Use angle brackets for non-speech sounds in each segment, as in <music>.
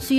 需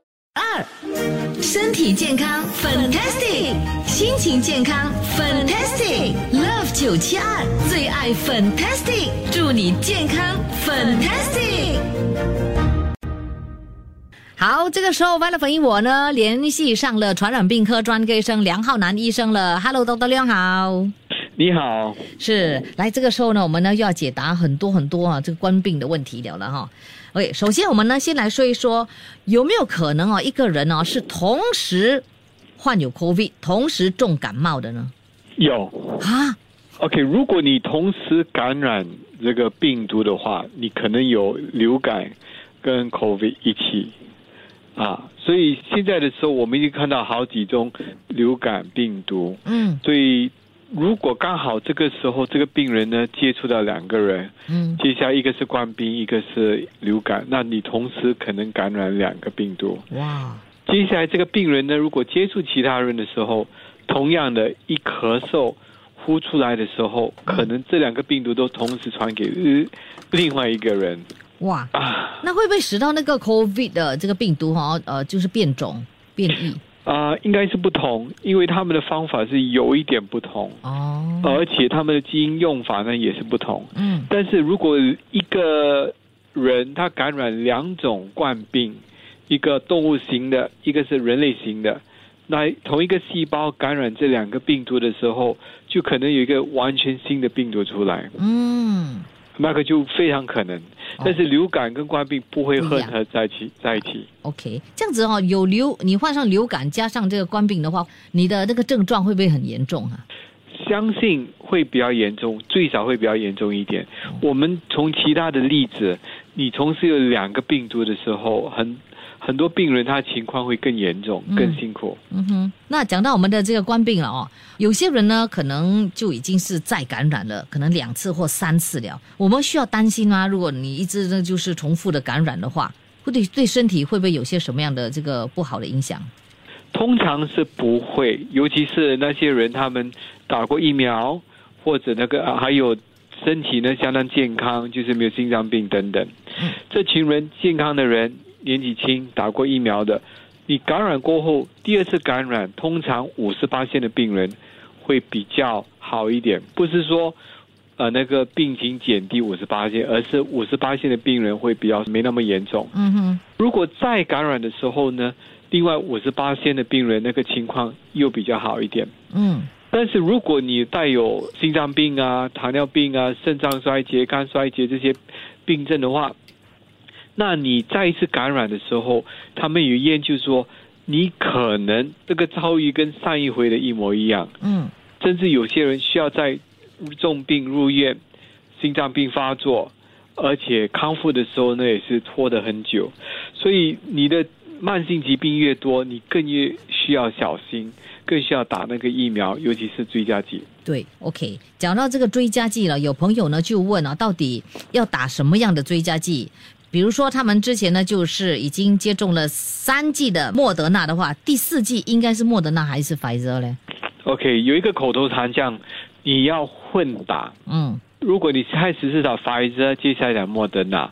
二，身体健康，fantastic；心情健康，fantastic。Love 九七二最爱 fantastic，祝你健康，fantastic。好，这个时候 v i l e 粉我呢联系上了传染病科专科医生梁浩南医生了。Hello，doctor 梁好。你好，是，来这个时候呢，我们呢又要解答很多很多啊这个官病的问题了了哈。OK，首先我们呢先来说一说有没有可能哦，一个人哦是同时患有 COVID，同时中感冒的呢？有啊， OK。如果你同时感染这个病毒的话，你可能有流感跟 COVID 一起啊。所以现在的时候，我们已经看到好几种流感病毒。嗯所以如果刚好这个时候这个病人呢接触到两个人，嗯，接下来一个是冠病，一个是流感，那你同时可能感染两个病毒。哇，接下来这个病人呢，如果接触其他人的时候，同样的一咳嗽、呼出来的时候，可能这两个病毒都同时传给呃另外一个人哇，啊那会不会使到那个 COVID 的这个病毒哈、哦、呃就是变种变异啊、应该是不同，因为他们的方法是有一点不同，哦？而且他们的基因用法呢也是不同。嗯但是如果一个人他感染两种冠病，一个动物型的，一个是人类型的，那同一个细胞感染这两个病毒的时候，就可能有一个完全新的病毒出来，嗯，那个就非常可能。但是流感跟冠病不会不一混样合在一起，在一起。 OK，这样子哦，有流你患上流感加上这个冠病的话，你的那个症状会不会很严重啊？相信会比较严重，最少会比较严重一点。我们从其他的例子，你同时有两个病毒的时候，很很多病人他情况会更严重、更辛苦。嗯哼，那讲到我们的这个冠病了哦，有些人呢可能就已经是再感染了，可能两次或三次了。我们需要担心吗？如果你一直呢就是重复的感染的话，会对对身体会不会有些什么样的这个不好的影响？通常是不会，尤其是那些人他们打过疫苗，或者那个、啊还有身体呢相当健康，就是没有心脏病等等。这群人健康的人，年纪轻，打过疫苗的，你感染过后第二次感染，通常五十八线的病人会比较好一点，不是说。呃，那个病情减低五十八线，而是五十八线的病人会比较没那么严重。嗯哼，如果再感染的时候呢，另外五十八线的病人那个情况又比较好一点。嗯但是如果你带有心脏病啊、糖尿病啊、肾脏衰竭、肝衰竭这些病症的话，那你再一次感染的时候，他们有研究说，你可能这个遭遇跟上一回的一模一样，嗯，甚至有些人需要在重病入院、心脏病发作，而且康复的时候呢也是拖得很久。所以你的慢性疾病越多，你更越需要小心，更需要打那个疫苗，尤其是追加剂。对，OK。讲到这个追加剂了，有朋友呢就问啊，到底要打什么样的追加剂？比如说他们之前呢就是已经接种了三剂的莫德纳的话，第四剂应该是莫德纳还是 Pfizer 嘞？ OK，有一个口头禅讲，你要混打。嗯。如果你开始是打 Pfizer，接下来打莫德纳，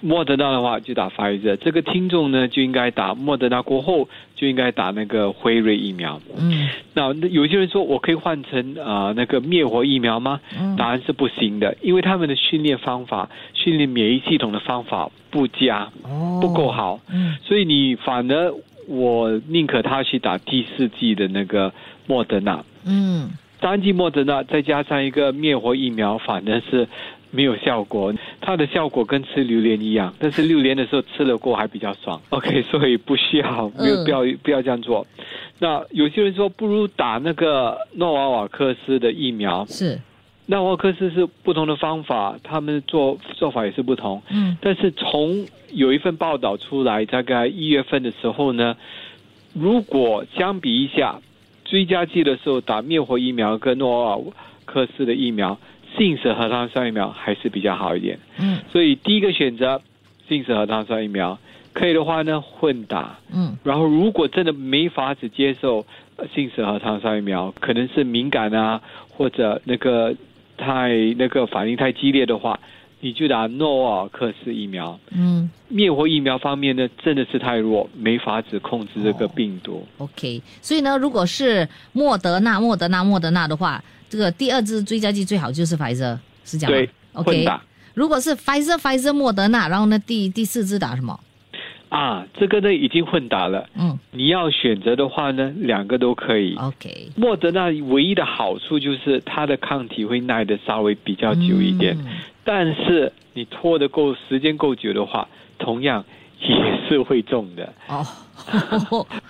莫德纳的话就打 Pfizer。这个听众呢就应该打莫德纳，过后就应该打那个辉瑞疫苗。嗯那那有些人说，我可以换成啊、呃那个灭活疫苗吗？嗯答案是不行的，因为他们的训练方法、训练免疫系统的方法不佳，哦不够。好，嗯所以你反而我宁可他去打第四季的那个莫德纳，嗯单剂莫德纳再加上一个灭活疫苗，反而是没有效果。它的效果跟吃榴莲一样，但是榴莲的时候吃了过还比较爽。OK，所 <laughs> 以不需要，嗯没有必要不要这样做。那有些人说，不如打那个诺瓦瓦克斯的疫苗，是纳瓦克斯是不同的方法，他们做做法也是不同。嗯但是从有一份报道出来，大概一月份的时候呢，如果相比一下，追加剂的时候打灭活疫苗跟诺瓦克斯的疫苗，信使核糖酸疫苗还是比较好一点。嗯所以第一个选择信使核糖酸疫苗，可以的话呢混打。嗯然后如果真的没法子接受呃信使核糖酸疫苗，可能是敏感啊，或者那个太那个反应太激烈的话，你就打诺瓦克斯疫苗。嗯灭活疫苗方面呢，真的是太弱，没法子控制这哦个病毒。 ，OK。所以呢，如果是莫德纳、莫德纳、莫德纳的话，这个第二支追加剂最好就是 Pfizer，是这样对吗，混？OK。打如果是 Pfizer、Pfizer、莫德纳，然后呢，第第四支打什么？啊，这个呢已经混打了。嗯你要选择的话呢，两个都可以。 ，OK。莫德纳唯一的好处就是它的抗体会耐得稍微比较久一点，嗯但是你拖得够时间够久的话，同样也是会中 <laughs> 的。 <laughs> 哦，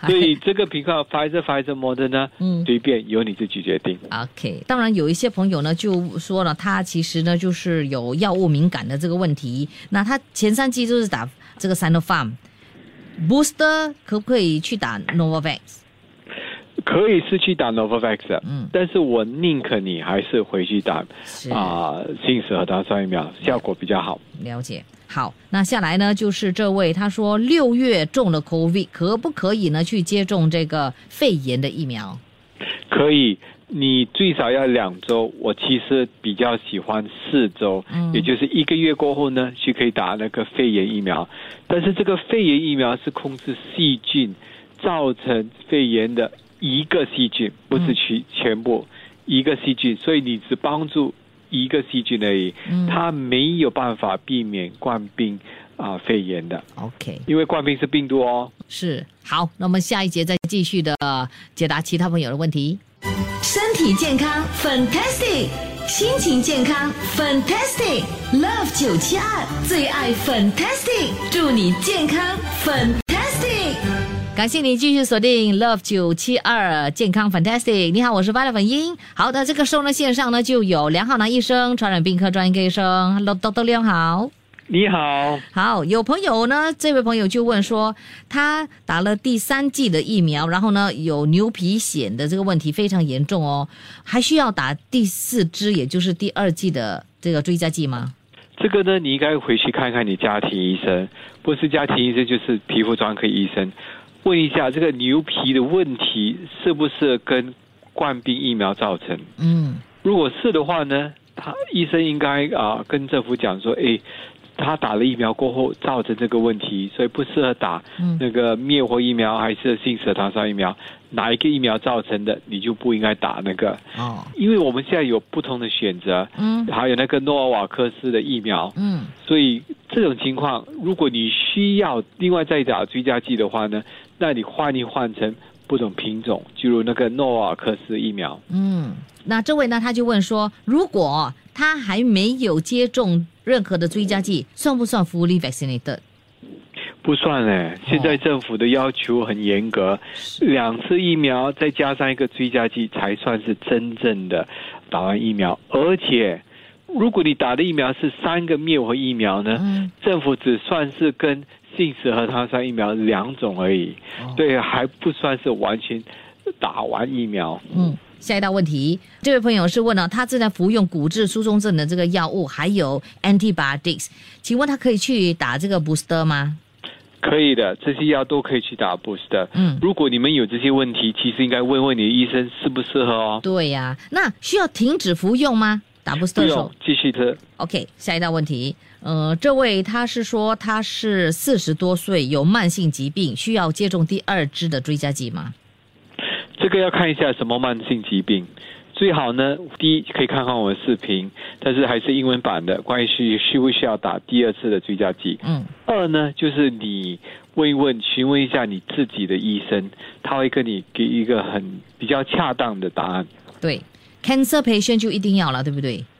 所以这个评判 Pfizer、Pfizer、莫德纳，嗯随便由你自己决定。 OK，当然有一些朋友呢就说了，他其实呢就是有药物敏感的这个问题。那他前三季就是打这个 Sinopharm，booster 可不可以去打 Novavax？可以是去打 Novavax，的嗯但是我宁可你还是回去打是啊，信使核糖酸疫苗效果比较好。了解。好，那下来呢就是这位他说六月中了 COVID，可不可以呢去接种这个肺炎的疫苗？可以，你最少要两周。我其实比较喜欢四周，嗯也就是一个月过后呢，去可以打那个肺炎疫苗。但是这个肺炎疫苗是控制细菌造成肺炎的一个细菌，不是全全部嗯一个细菌，所以你只帮助一个细菌而已，嗯它没有办法避免冠病啊、肺炎的， ，OK，因为冠病是病毒哦。是好。那么下一节再继续的解答其他朋友的问题。身体健康 fantastic，心情健康 fantastic，Love 九七二最爱 fantastic，祝你健康 fantastic。感谢你继续锁定 Love 九七二健康 Fantastic。你好，我是 v i o l 粉英。好的，这个时候呢，线上呢就有梁浩南医生，传染病科专科医生。Hello，豆豆梁好。你好，好，有朋友呢，这位朋友就问说，他打了第三剂的疫苗，然后呢有牛皮癣的这个问题非常严重哦，还需要打第四支，也就是第二剂的这个追加剂吗？这个呢，你应该回去看看你家庭医生，不是家庭医生就是皮肤专科医生，问一下这个牛皮的问题是不是跟冠病疫苗造成？嗯如果是的话呢，他医生应该啊、跟政府讲说，诶，他打了疫苗过后造成这个问题，所以不适合打嗯那个灭活疫苗还是性蛇糖酸疫苗，哪一个疫苗造成的，你就不应该打那个，哦因为我们现在有不同的选择，嗯还有那个诺瓦克斯的疫苗。嗯所以这种情况，如果你需要另外再打追加剂的话呢，那你换一换成不同品种，就如那个诺瓦克斯疫苗。嗯，那这位呢，他就问说，如果他还没有接种任何的追加剂，算不算 fully vaccinated？不算嘞，现在政府的要求很严格，两次疫苗再加上一个追加剂才算是真正的打完疫苗。而且，如果你打的疫苗是三个灭活疫苗呢，嗯政府只算是跟信使和糖酸疫苗两种而已，哦对，还不算是完全打完疫苗。嗯。下一道问题，这位朋友是问了，他正在服用骨质疏松症的这个药物，还有 antibiotics，请问他可以去打这个 booster 吗？可以的，这些药都可以去打 boost 的。嗯如果你们有这些问题，其实应该问问你的医生适不适合哦。对呀、那需要停止服用吗？打 booster 不的时候用，继续吃。 OK，下一道问题，呃，这位他是说他是四十多岁，有慢性疾病，需要接种第二支的追加剂吗？这个要看一下什么慢性疾病。最好呢，第一可以看看我的视频，但是还是英文版的，关于需需不需要打第二次的追加剂。嗯二呢，就是你问一问、询问一下你自己的医生，他会跟你给一个很比较恰当的答案。对，cancer patient 就一定要了，对不对？啊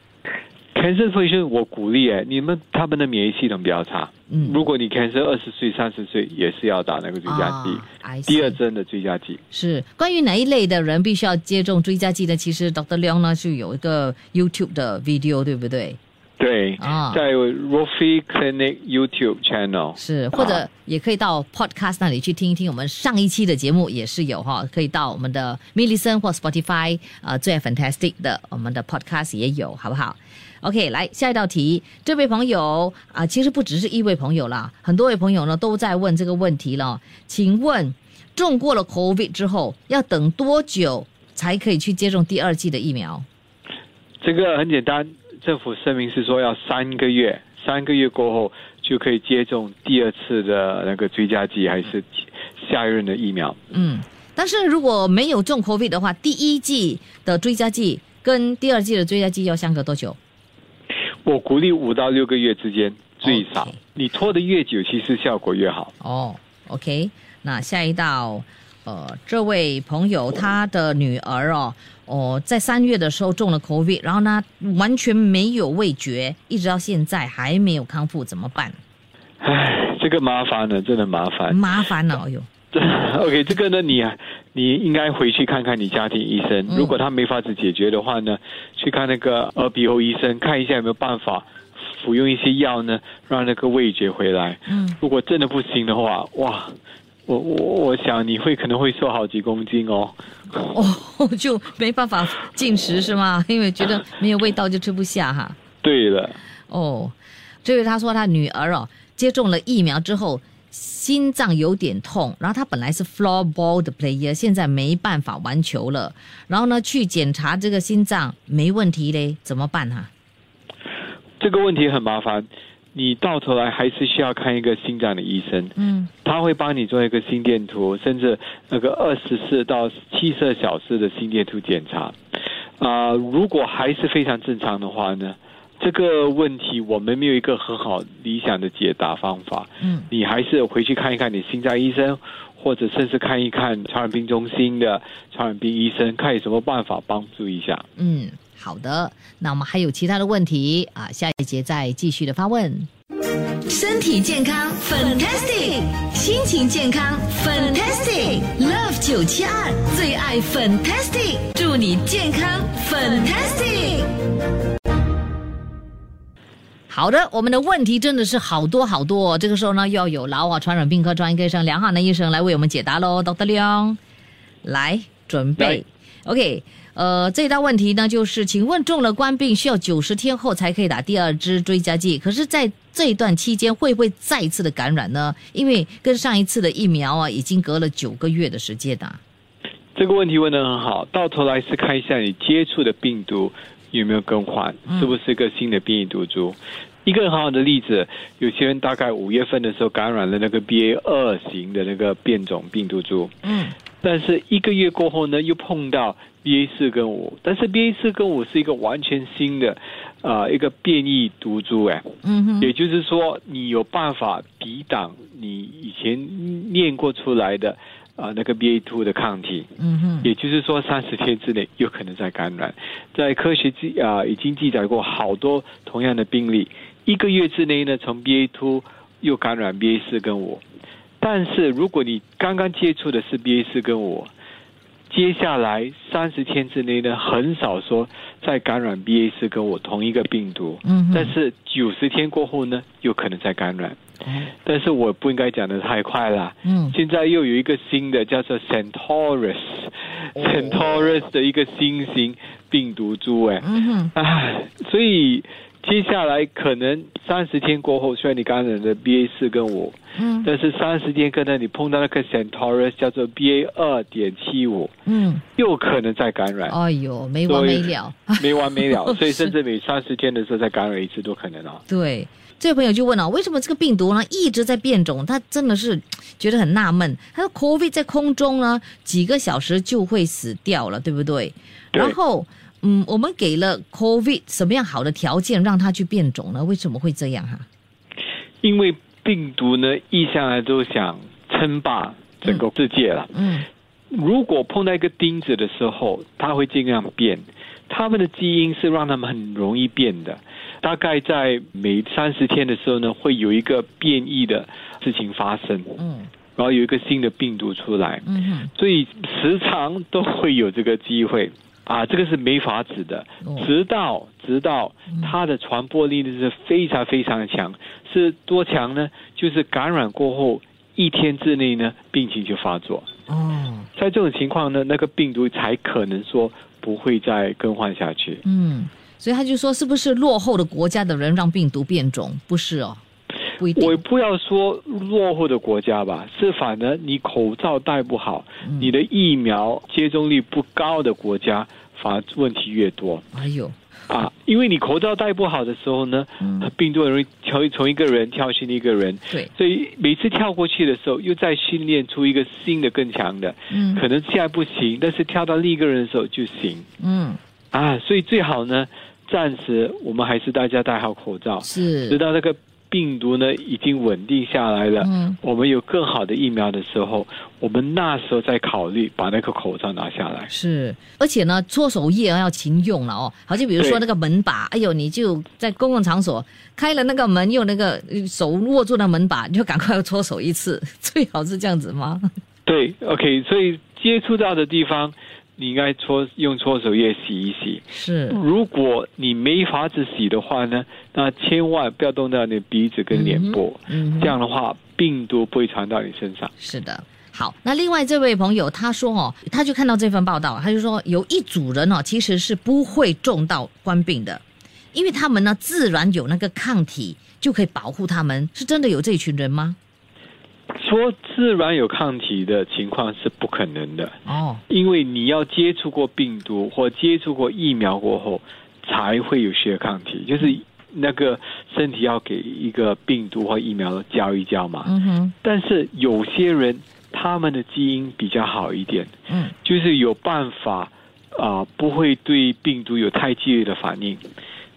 cancer patient 我鼓励哎，你们他们的免疫系统比较差，嗯如果你 cancer 二十岁、三十岁，也是要打那个追加剂，啊第二 I see 针的追加剂。是关于哪一类的人必须要接种追加剂呢？其实 Dr. Leong 呢是有一个 YouTube 的 video，对不对？对，啊在 Rofi Clinic YouTube channel 是，或者也可以到 Podcast 那里去听一听我们上一期的节目，也是有哈，可以到我们的 m i l l i c e n 或 Spotify 呃最爱 Fantastic 的我们的 Podcast 也有，好不好？OK，来下一道题，这位朋友啊、其实不只是一位朋友啦，很多位朋友呢都在问这个问题了，请问中过了 COVID 之后要等多久才可以去接种第二剂的疫苗？这个很简单，政府声明是说要三个月，三个月过后就可以接种第二次的那个追加剂，还是下一轮的疫苗。嗯，但是如果没有中 COVID 的话，第一季的追加剂跟第二季的追加剂要相隔多久？我鼓励五到六个月之间最少 OK 你拖得越久，其实效果越好。哦，OK，那下一道，呃，这位朋友他的女儿哦，哦，在三月的时候中了 COVID，然后呢完全没有味觉，一直到现在还没有康复，怎么办？唉，这个麻烦了，真的麻烦。 <laughs> 麻烦了，哎呦， <laughs> OK，这个呢，你啊你应该回去看看你家庭医生，嗯如果他没法子解决的话呢，去看那个耳鼻喉医生，看一下有没有办法服用一些药呢，让那个味觉回来。嗯，如果真的不行的话，哇，我我我想你会可能会瘦好几公斤哦。哦，就没办法进食是吗？因为觉得没有味道就吃不下哈。对了，哦，这位他说他女儿哦接种了疫苗之后。心脏有点痛，然后他本来是 floorball 的 player，现在没办法玩球了。然后呢，去检查这个心脏没问题嘞，怎么办哈、啊这个问题很麻烦，你到头来还是需要看一个心脏的医生。嗯，他会帮你做一个心电图，甚至那个二十四到七十二小时的心电图检查。啊、如果还是非常正常的话呢，这个问题我们没有一个很好理想的解答方法。嗯，你还是回去看一看你心脏医生，或者甚至看一看传染病中心的传染病医生，看有什么办法帮助一下。嗯，好的。那我们还有其他的问题啊，下一节再继续的发问。身体健康 fantastic，心情健康 fantastic，Love 九七二最爱 fantastic，祝你健康 fantastic。好的，我们的问题真的是好多好多、哦。这个时候呢，又要有劳啊传染病科专业医生梁汉南医生来为我们解答喽，Dr. 梁，来准备，OK。呃，这道问题呢，就是请问中了冠病需要九十天后才可以打第二支追加剂，可是在这段期间会不会再一次的感染呢？因为跟上一次的疫苗啊，已经隔了九个月的时间打。这个问题问得很好，到头来是看一下你接触的病毒有没有更换，是不是个新的变异毒株。一个很好的例子，有些人大概五月份的时候感染了那个 BA 二型的那个变种病毒株，嗯但是一个月过后呢，又碰到 BA 四跟五，但是 BA 四跟五是一个完全新的，呃，一个变异毒株，哎，嗯哼，也就是说，你有办法抵挡你以前练过出来的啊、呃那个 BA two 的抗体。嗯哼，也就是说，三十天之内有可能再感染。在科学记啊、已经记载过好多同样的病例，一个月之内呢，从 BA two 又感染 BA 四跟五。但是如果你刚刚接触的是 BA 四跟五，接下来三十天之内呢，很少说再感染 BA 四跟五同一个病毒。嗯哼哦但是九十天过后呢，有可能再感染。但是我不应该讲的太快了。嗯现在又有一个新的叫做 Centaurus、Centaurus 哦的一个新型病毒株，哎，嗯哼，啊，所以接下来可能三十天过后，虽然你感染了 BA 四跟五，嗯但是三十天跟呢，你碰到那个 Centaurus 叫做 BA 二点七五，嗯，又可能再感染，哎呦，没完所没以了。没完没 <laughs> 了，所以是甚至每三十天的时候再感染一次都可能啊。对，这位朋友就问了、为什么这个病毒呢一直在变种？他真的是觉得很纳闷。他说，COVID 在空中呢几个小时就会死掉了，对不对？对然后，嗯，我们给了 COVID 什么样好的条件让它去变种呢？为什么会这样哈、啊因为病毒呢，一向来都想称霸整个世界了。嗯如果碰到一个钉子的时候，它会尽量变。它们的基因是让它们很容易变的，大概在每三十天的时候呢，会有一个变异的事情发生，嗯然后有一个新的病毒出来，嗯哼所以时常都会有这个机会啊，这个是没法子的哦，直到直到它的传播力是非常非常强，是多强呢？就是感染过后一天之内呢，病情就发作。哦在这种情况呢，那个病毒才可能说不会再更换下去。嗯，所以他就说是不是落后的国家的人让病毒变种？不是哦，不一定。我不要说落后的国家吧，是反而你口罩戴不好，嗯你的疫苗接种率不高的国家，反而问题越多哎呦，啊！因为你口罩戴不好的时候呢，嗯病毒很容易从从一个人跳进一个人，对，所以每次跳过去的时候，又再训练出一个新的更强的，嗯可能现在不行，但是跳到另一个人的时候就行嗯啊！所以最好呢，暂时我们还是大家戴好口罩，直是，到那个病毒呢已经稳定下来了，嗯我们有更好的疫苗的时候，我们那时候再考虑把那个口罩拿下来。是，而且呢，搓手液要勤用了哦。好，就比如说对那个门把，哎呦，你就在公共场所开了那个门，用那个呃手握住那门把，你就赶快要搓手一次， <laughs> 最好是这样子吗？对，OK，所以接触到的地方，你应该搓用搓手液洗一洗。是，如果你没法子洗的话呢，那千万不要动到你的鼻子跟脸部，嗯这，样的话病毒不会传到你身上。是的。好，那另外这位朋友他说哦，他就看到这份报道，他就说有一组人哦，其实是不会中到冠病的，因为他们呢自然有那个抗体就可以保护他们，是真的有这一群人吗？说自然有抗体的情况是不可能的，哦，因为你要接触过病毒或接触过疫苗过后，才会有血抗体，就是那个身体要给一个病毒或疫苗浇一浇嘛。嗯哼，但是有些人他们的基因比较好一点，嗯就是有办法啊、不会对病毒有太激烈的反应，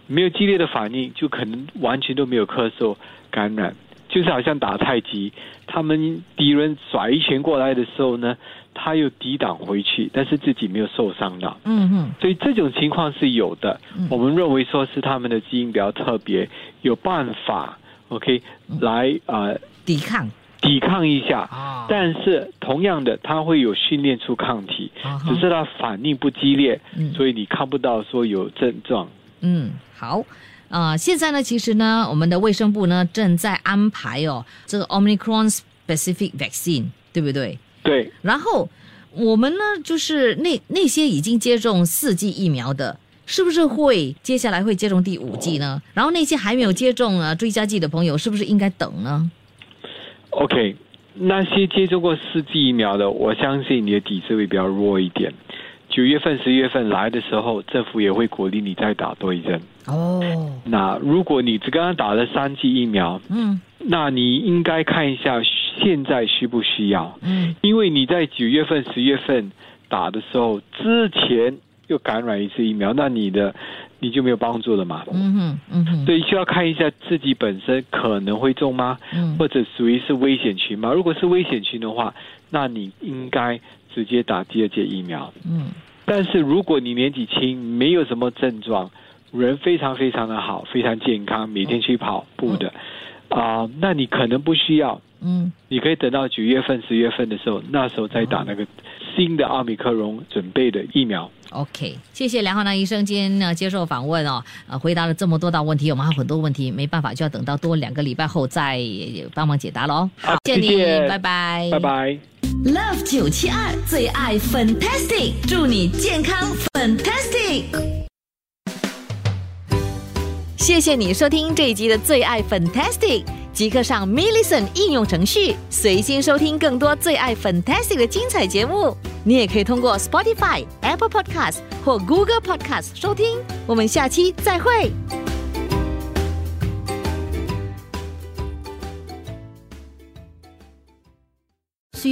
没有激烈的反应，就可能完全都没有咳嗽感染。就是好像打太极，他们敌人甩一拳过来的时候呢，他又抵挡回去，但是自己没有受伤到，嗯哼。所以这种情况是有的嗯。我们认为说是他们的基因比较特别，有办法，OK，来呃抵抗抵抗一下。嗯啊但是同样的，它会有训练出抗体，啊哈只是它反应不激烈，嗯所以你看不到说有症状。嗯，好。啊、现在呢，其实呢，我们的卫生部呢正在安排哦，这个 Omicron specific vaccine，对不对？对，然后我们呢，就是那那些已经接种四剂疫苗的，是不是会接下来会接种第五剂呢？然后那些还没有接种啊追加剂的朋友，是不是应该等呢？ OK，那些接种过四剂疫苗的，我相信你的抵制会比较弱一点。九月份、十月份来的时候，政府也会鼓励你再打多一针。哦，那如果你只刚刚打了三剂疫苗，嗯那你应该看一下现在需不需要，嗯因为你在九月份、十月份打的时候之前又感染一次疫苗，那你的你就没有帮助了嘛。嗯哼嗯哼所以需要看一下自己本身可能会中吗？嗯或者属于是危险群吗？如果是危险群的话，那你应该直接打第二剂疫苗。嗯但是如果你年纪轻，没有什么症状，人非常非常的好，非常健康，每天去跑步的，啊、那你可能不需要，嗯你可以等到九月份、十月份的时候，那时候再打那个新的奥密克戎准备的疫苗。 OK，谢谢梁浩南医生今天呢呃接受访问哦，呃，回答了这么多道问题，我们还有很多问题没办法，就要等到多两个礼拜后再帮忙解答喽。好谢你，啊谢谢拜拜，拜。拜。 Love 九七二最爱 Fantastic，祝你健康 Fantastic。谢谢你收听这一集的最爱 Fantastic，即刻上 m i l l i c e n 应用程序，随心收听更多最爱 Fantastic 的精彩节目。你也可以通过 Spotify、Apple Podcast 或 Google Podcast 收听。我们下期再会。需